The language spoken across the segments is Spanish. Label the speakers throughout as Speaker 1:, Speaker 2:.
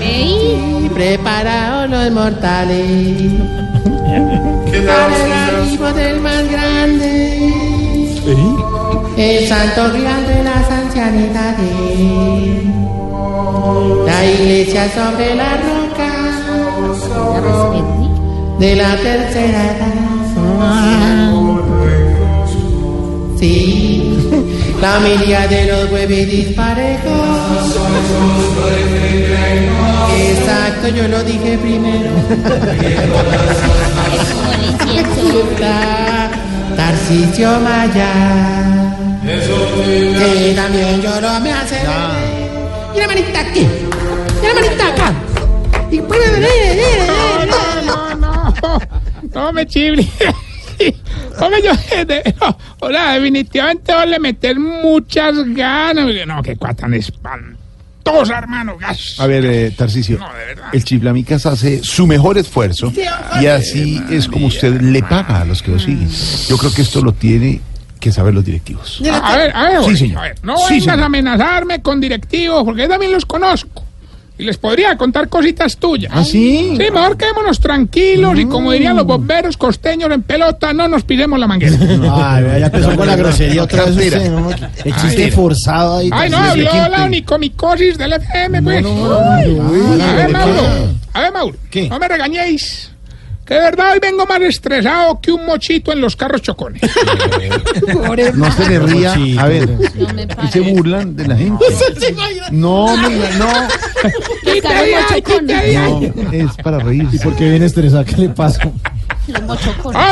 Speaker 1: Y preparaos los mortales para el arribo del más grande, el santo real de las ancianidades, la iglesia sobre la roca de la tercera edad. Sí, la media de los huevos disparejos. Exacto, yo lo dije primero. Resulta Tarcicio Maya. Que también lloró, me hace. Y la manita aquí. Y la manita acá. Y puede eh, venir, eh,
Speaker 2: no, no, no, no me chible. Hombre, yo, de- no, hola, definitivamente voy a meter muchas ganas. No, qué cuata tan espantosa, hermano. gas.
Speaker 3: A ver, eh, Tarcicio,
Speaker 2: No, de verdad.
Speaker 3: el Chiflamicas hace su mejor esfuerzo y así es como usted le paga a los
Speaker 2: Mm.
Speaker 3: que lo siguen. Yo creo que esto lo tiene que saber los directivos.
Speaker 2: A a ver, a ver,
Speaker 3: Sí,
Speaker 2: Jorge,
Speaker 3: señor.
Speaker 2: a ver, no
Speaker 3: Sí,
Speaker 2: vengas
Speaker 3: señor.
Speaker 2: a amenazarme con directivos, porque yo también los conozco. Y les podría contar cositas tuyas.
Speaker 3: ¿Ah, sí? Mm.
Speaker 2: Sí, mejor quedémonos tranquilos y como dirían los bomberos costeños en pelota, no nos pidemos la manguera.
Speaker 1: eh.
Speaker 4: Ay, ya empezó con la grosería otra vez.
Speaker 3: Mira.
Speaker 4: usted, ¿no? El chiste forzado ahí.
Speaker 2: Ay, no,
Speaker 4: desde
Speaker 2: habló
Speaker 4: quinto.
Speaker 2: la unicomicosis del FM, pues. A ver, Mauro. A ver, Mauro.
Speaker 4: ¿Qué?
Speaker 2: No me regañéis. Que de verdad hoy vengo más estresado que un mochito en los carros chocones.
Speaker 3: No
Speaker 4: Pues
Speaker 3: se le ría.
Speaker 4: Sí,
Speaker 3: A ver, y se burlan de la gente. No, no, no,
Speaker 2: Quita de ahí, quita de ahí.
Speaker 3: no, es para reírse.
Speaker 4: ¿Por qué viene estresado? ¿Qué le pasa?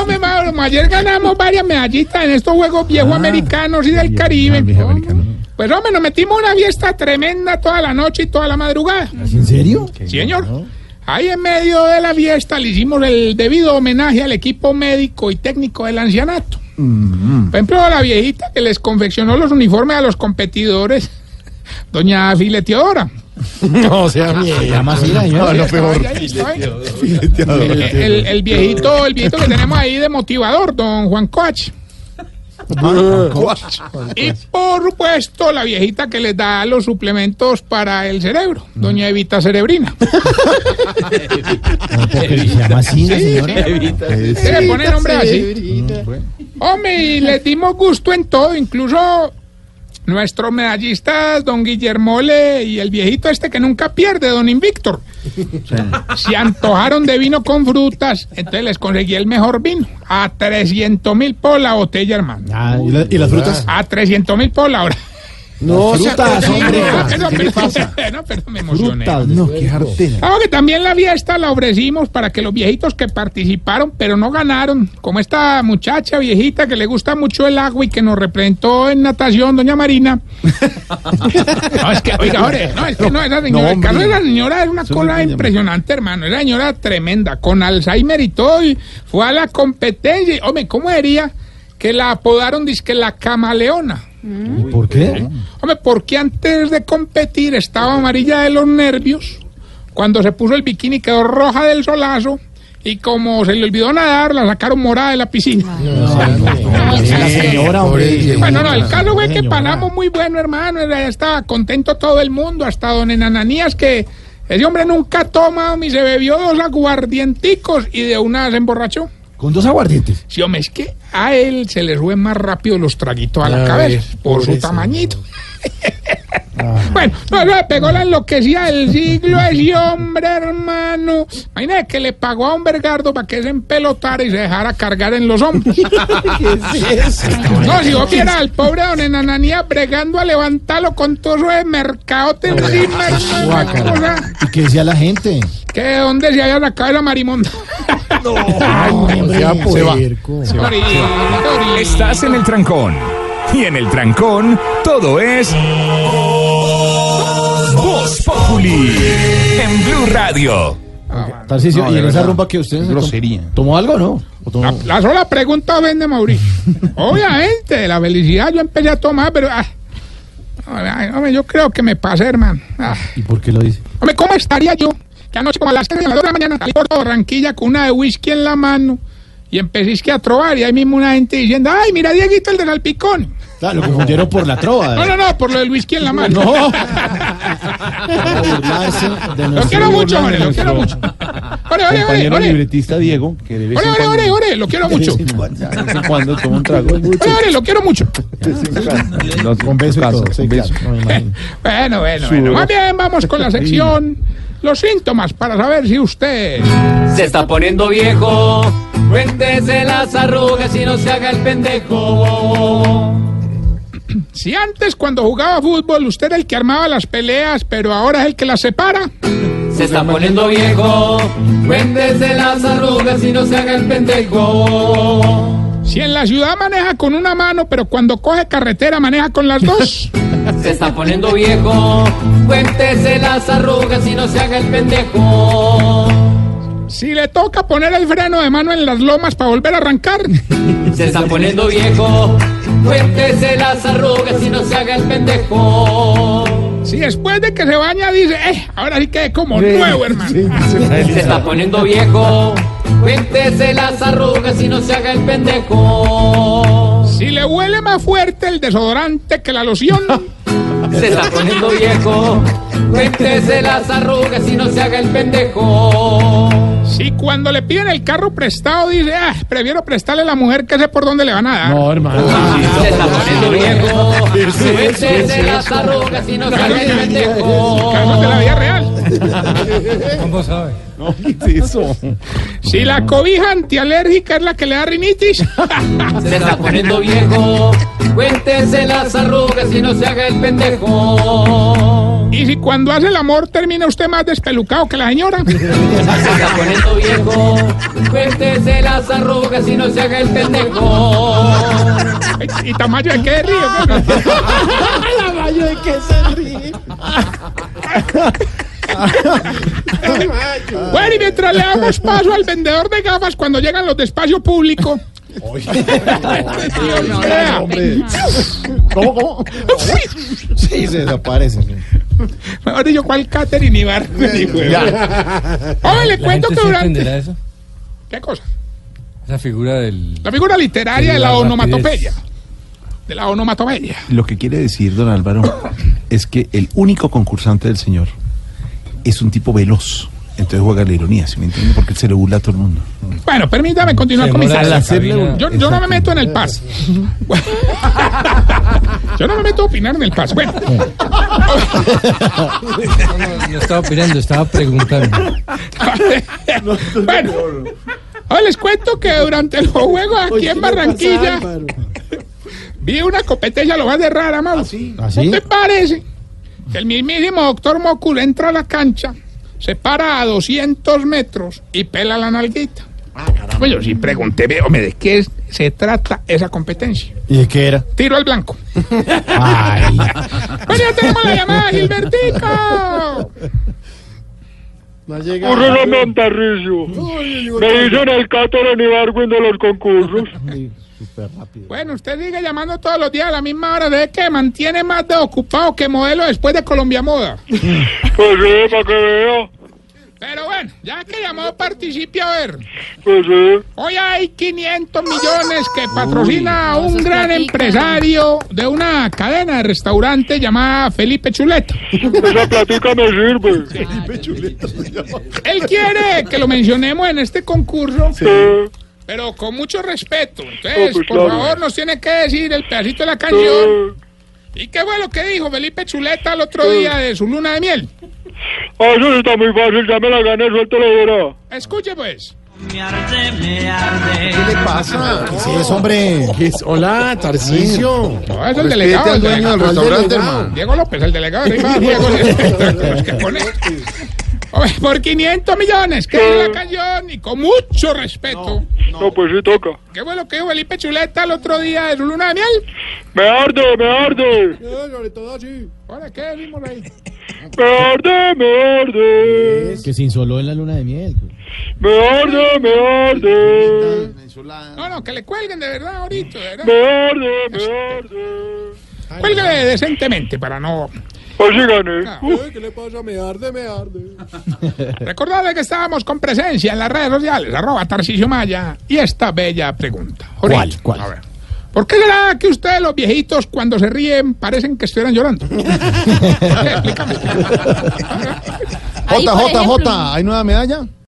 Speaker 2: Hombre, Mauro, ayer ganamos varias medallitas en estos juegos
Speaker 4: Ah.
Speaker 2: viejos americanos y del Caribe.
Speaker 3: Ah, viejo americano.
Speaker 2: Pues, hombre, nos metimos una fiesta tremenda toda la noche y toda la madrugada.
Speaker 4: ¿En serio?
Speaker 2: Sí, señor. Ahí en medio de la fiesta le hicimos el debido homenaje al equipo médico y técnico del ancianato. Por ejemplo, a la viejita que les confeccionó los uniformes a los competidores, doña Fileteadora.
Speaker 4: No, o sea, me llama así la señora.
Speaker 3: lo peor.
Speaker 2: Estaba ya listo, ¿eh? El, el- el viejito, el viejito que tenemos ahí de motivador, don Juan Coach. Y por supuesto, la viejita que les da los suplementos para el cerebro, doña Evita Cerebrina.
Speaker 4: No, porque se llama así la señora.
Speaker 2: Se le pone nombre así. Hombre, y les dimos gusto en todo, incluso nuestros medallistas, don Guillermo Le y el viejito este que nunca pierde, don Invictor. Se antojaron de vino con frutas, entonces les conseguí el mejor vino. A 300 mil por la botella, hermano.
Speaker 4: Ah, ¿y, la- y las frutas?
Speaker 2: A 300 mil por la hora.
Speaker 4: No, frutas, hombre.
Speaker 2: No, perdón, no, perdón, me emocioné.
Speaker 4: Frutas.
Speaker 3: No, qué jartera.
Speaker 2: Claro Ah, que también la fiesta la ofrecimos para que los viejitos que participaron pero no ganaron, como esta muchacha viejita que le gusta mucho el agua y que nos representó en natación, doña Marina. no, es que, oiga, ahora, no, es que no, esa señora, el
Speaker 3: hombre.
Speaker 2: caso de la señora es una
Speaker 3: es
Speaker 2: cola
Speaker 3: doña
Speaker 2: impresionante, hermano, era señora tremenda, con Alzheimer y todo, y fue a la competencia, y, hombre, ¿cómo diría que la apodaron, dizque la camaleona?
Speaker 4: ¿Por qué?
Speaker 2: Hombre, porque antes de competir estaba amarilla de los nervios. Cuando se puso el bikini quedó roja del solazo. Y como se le olvidó nadar, la sacaron morada de la piscina.
Speaker 4: La señora, hombre.
Speaker 2: Bueno, no, el caso fue que paramos muy bueno, hermano. era- Estaba contento todo el mundo, hasta don Enananías, que ese hombre nunca toma, y se bebió dos aguardienticos y de una se emborrachó.
Speaker 4: Con dos aguardientes.
Speaker 2: Si hombre, es que a él se le suben más rápido los traguitos a la
Speaker 4: Ay,
Speaker 2: cabeza por su
Speaker 4: pobreza.
Speaker 2: tamañito. bueno, no, no, le pegó la enloquecida del siglo a ese hombre, hermano. Imagínate que le pagó a un vergardo para que se empelotara y se dejara cargar en los hombros. no, si vos vieras al pobre don Enananía bregando a levantarlo con todo eso de mercadote encima, hermano, una cosa
Speaker 4: ¿Y qué decía la gente?
Speaker 2: Que de dónde se había sacado la marimonda.
Speaker 4: Ay, hombre, se va.
Speaker 5: Estás en el trancón. Y en el trancón, todo es. Radio.
Speaker 4: Tarcisio,
Speaker 3: No,
Speaker 4: ¿y
Speaker 3: de
Speaker 4: en esa
Speaker 3: verdad.
Speaker 4: rumba que usted
Speaker 3: Grosería.
Speaker 4: ¿Tomó algo o no? ¿O tomó-
Speaker 3: Oh.
Speaker 2: La, la sola pregunta vende Mauricio. Obviamente, de la felicidad yo empecé a tomar, pero. ah, ay, hombre, yo creo que me pasé, hermano. Ah,
Speaker 4: ¿Y por qué lo dice?
Speaker 2: hombre, ¿cómo estaría yo? Que anoche, como a las 3 de la hora de la mañana, salí por Barranquilla con una de whisky en la mano y empecé es que a trobar. Y ahí mismo una gente diciendo: ¡Ay, mira, Dieguito, el del Alpicón!
Speaker 4: Claro, lo confundieron por la trova.
Speaker 2: No, no, no, por lo del whisky en la mano.
Speaker 4: No. Para burlarse de
Speaker 2: Lo
Speaker 4: nuestro-
Speaker 2: quiero
Speaker 4: burlarse
Speaker 2: mucho, Jorge,
Speaker 4: de
Speaker 2: lo quiero mucho.
Speaker 4: nuestro
Speaker 2: Ore, ore, ore,
Speaker 3: Compañero
Speaker 2: ore.
Speaker 3: libretista Diego, que de vez
Speaker 2: Ore,
Speaker 3: en
Speaker 2: ore,
Speaker 3: cuando-
Speaker 2: ore, ore, lo quiero mucho.
Speaker 3: de vez en cuando- de vez en cuando toma un trago.
Speaker 2: Ore, ore, lo quiero mucho.
Speaker 4: Con beso y todo.
Speaker 3: Con
Speaker 4: Sí,
Speaker 3: beso.
Speaker 4: claro, no me imagino.
Speaker 2: Bueno, bueno, bueno. Más bien, vamos con la sección. Los síntomas para saber si usted.
Speaker 5: Se está poniendo viejo. Cuéntese las arrugas y no se haga el pendejo.
Speaker 2: Si antes, cuando jugaba fútbol, usted era el que armaba las peleas, pero ahora es el que las separa.
Speaker 5: Se está poniendo viejo. Cuéntese las arrugas y no se haga el pendejo.
Speaker 2: Si en la ciudad maneja con una mano, pero cuando coge carretera maneja con las dos.
Speaker 5: Se está poniendo viejo. Cuéntese las arrugas y no se haga el pendejo.
Speaker 2: Si le toca poner el freno de mano en las lomas para volver a arrancar.
Speaker 5: Se está poniendo viejo. Cuéntese las arrugas y no se haga el pendejo.
Speaker 2: Si después de que se baña dice, eh, ahora sí que como nuevo, hermano.
Speaker 5: Se está poniendo viejo. Cuéntese las arrugas y no se haga el pendejo.
Speaker 2: Si le huele más fuerte el desodorante que la loción.
Speaker 5: Se está poniendo viejo. Cuéntese las arrugas y no se haga el pendejo.
Speaker 2: Si cuando le piden el carro prestado dice, ah, prefiero prestarle a la mujer que sé por dónde le van a dar.
Speaker 4: No, hermano.
Speaker 5: Se está poniendo viejo. Cuéntese las arrugas y no se haga el pendejo.
Speaker 2: Casos de la vida real.
Speaker 5: ¿Cómo sabe?
Speaker 2: Si la cobija antialérgica es la que le da rinitis.
Speaker 5: Se está poniendo viejo. Cuéntese las arrugas y no se haga el pendejo.
Speaker 2: y si cuando hace el amor termina usted más despelucado que la señora.
Speaker 5: Se está poniendo viejo. Cuéntese las arrugas y no se haga el pendejo.
Speaker 2: Ay, y tamaño de qué río.
Speaker 4: Tamaño de que se ríe.
Speaker 2: Bueno, y mientras le damos paso al vendedor de gafas cuando llegan los de espacio público.
Speaker 4: ¿Cómo, cómo? Sí, se desaparece.
Speaker 2: Mejor dicho, ¿cuál Catherine Ibar?
Speaker 4: Ya.
Speaker 2: Oye, le cuento que durante...
Speaker 5: eso?
Speaker 2: ¿Qué cosa?
Speaker 5: Esa figura del.
Speaker 2: La figura literaria de la
Speaker 5: la rapidez.
Speaker 2: onomatopeya. De la onomatopeya.
Speaker 3: Lo que quiere decir don Álvaro es que el único concursante del señor es un tipo veloz. Entonces juega la ironía, ¿sí me entiende? Porque él se le burla a todo el mundo.
Speaker 2: Bueno, permítame continuar con mi salsa. Yo, yo no me meto en el pas. yo no me meto a opinar en el pas. Bueno,
Speaker 5: No estaba opinando, estaba preguntando.
Speaker 2: bueno. Ahora les cuento que durante los juegos aquí en Barranquilla vi una competencia lo más de rara, Mauro. ¿No
Speaker 5: ¿Ah,
Speaker 4: ¿Así?
Speaker 2: te parece que el mismísimo doctor Mocul entra a la cancha, se para a 200 metros y pela la nalguita?
Speaker 4: Ah,
Speaker 2: Pues yo sí pregunté, ve, hombre, ¿de qué es- se trata esa competencia?
Speaker 4: ¿Y de qué era?
Speaker 2: Tiro al blanco.
Speaker 4: Ay.
Speaker 2: Bueno, ya tenemos la llamada, Gilbertico.
Speaker 6: Perdóname, Tarricio. Me dicen el Cátaro ni Darwin de los concursos.
Speaker 2: Bueno, usted sigue llamando todos los días a la misma hora. De que mantiene más de ocupado que modelo después de Colombia Moda.
Speaker 6: Pues sí, para que vea.
Speaker 2: Pero bueno, ya que llamó, participe a ver.
Speaker 6: Pues sí.
Speaker 2: Hoy hay 500 millones que patrocina a un gran empresario de una cadena de restaurantes llamada Felipe Chuleta.
Speaker 6: Esa platica me sirve.
Speaker 2: Él quiere que lo mencionemos en este concurso,
Speaker 6: Eh,
Speaker 2: pero con mucho respeto. Entonces,
Speaker 6: Oh, pues
Speaker 2: por
Speaker 6: claro.
Speaker 2: favor, nos tiene que decir el pedacito de la canción.
Speaker 6: eh.
Speaker 2: ¿Y qué fue lo que dijo Felipe Chuleta el otro día de su luna de miel?
Speaker 6: Ah, Eso sí está muy fácil, ya me la gané, suelto la verá.
Speaker 2: Escuche pues.
Speaker 4: ¿Qué le pasa? Sí, es hombre. Hola, Tarcicio.
Speaker 2: No, es el delegado. el delegado.
Speaker 4: restaurante, hermano.
Speaker 2: Diego López, el delegado. de Rivas, Diego López. ¿Qué pone? Oye, por 500 millones, que es la canción y con mucho respeto.
Speaker 6: No, pues sí toca.
Speaker 2: ¿Qué fue lo que dijo Felipe Chuleta el otro día de su luna de miel?
Speaker 6: Me arde, me arde.
Speaker 2: Ahora, ¿qué decimos ahí?
Speaker 3: Me arde, me arde.
Speaker 5: Que se insoló en la luna de miel.
Speaker 3: Me arde, me arde.
Speaker 2: No, no, que le cuelguen de verdad ahorita, de verdad.
Speaker 3: Me arde, me arde.
Speaker 2: Cuélgale decentemente para no...
Speaker 3: Así gané.
Speaker 5: ¿Qué le pasa? Me arde, me arde.
Speaker 2: Recordad que estábamos con presencia en las redes sociales, arroba Tarcisio Maya, y esta bella pregunta.
Speaker 5: ¿Cuál?
Speaker 2: ¿Cuál? A ver. ¿Por qué será que ustedes los viejitos cuando se ríen parecen que estuvieran llorando? Explícame.
Speaker 7: Ahí, por
Speaker 5: JJ,
Speaker 7: ejemplo.
Speaker 5: ¿hay nueva medalla?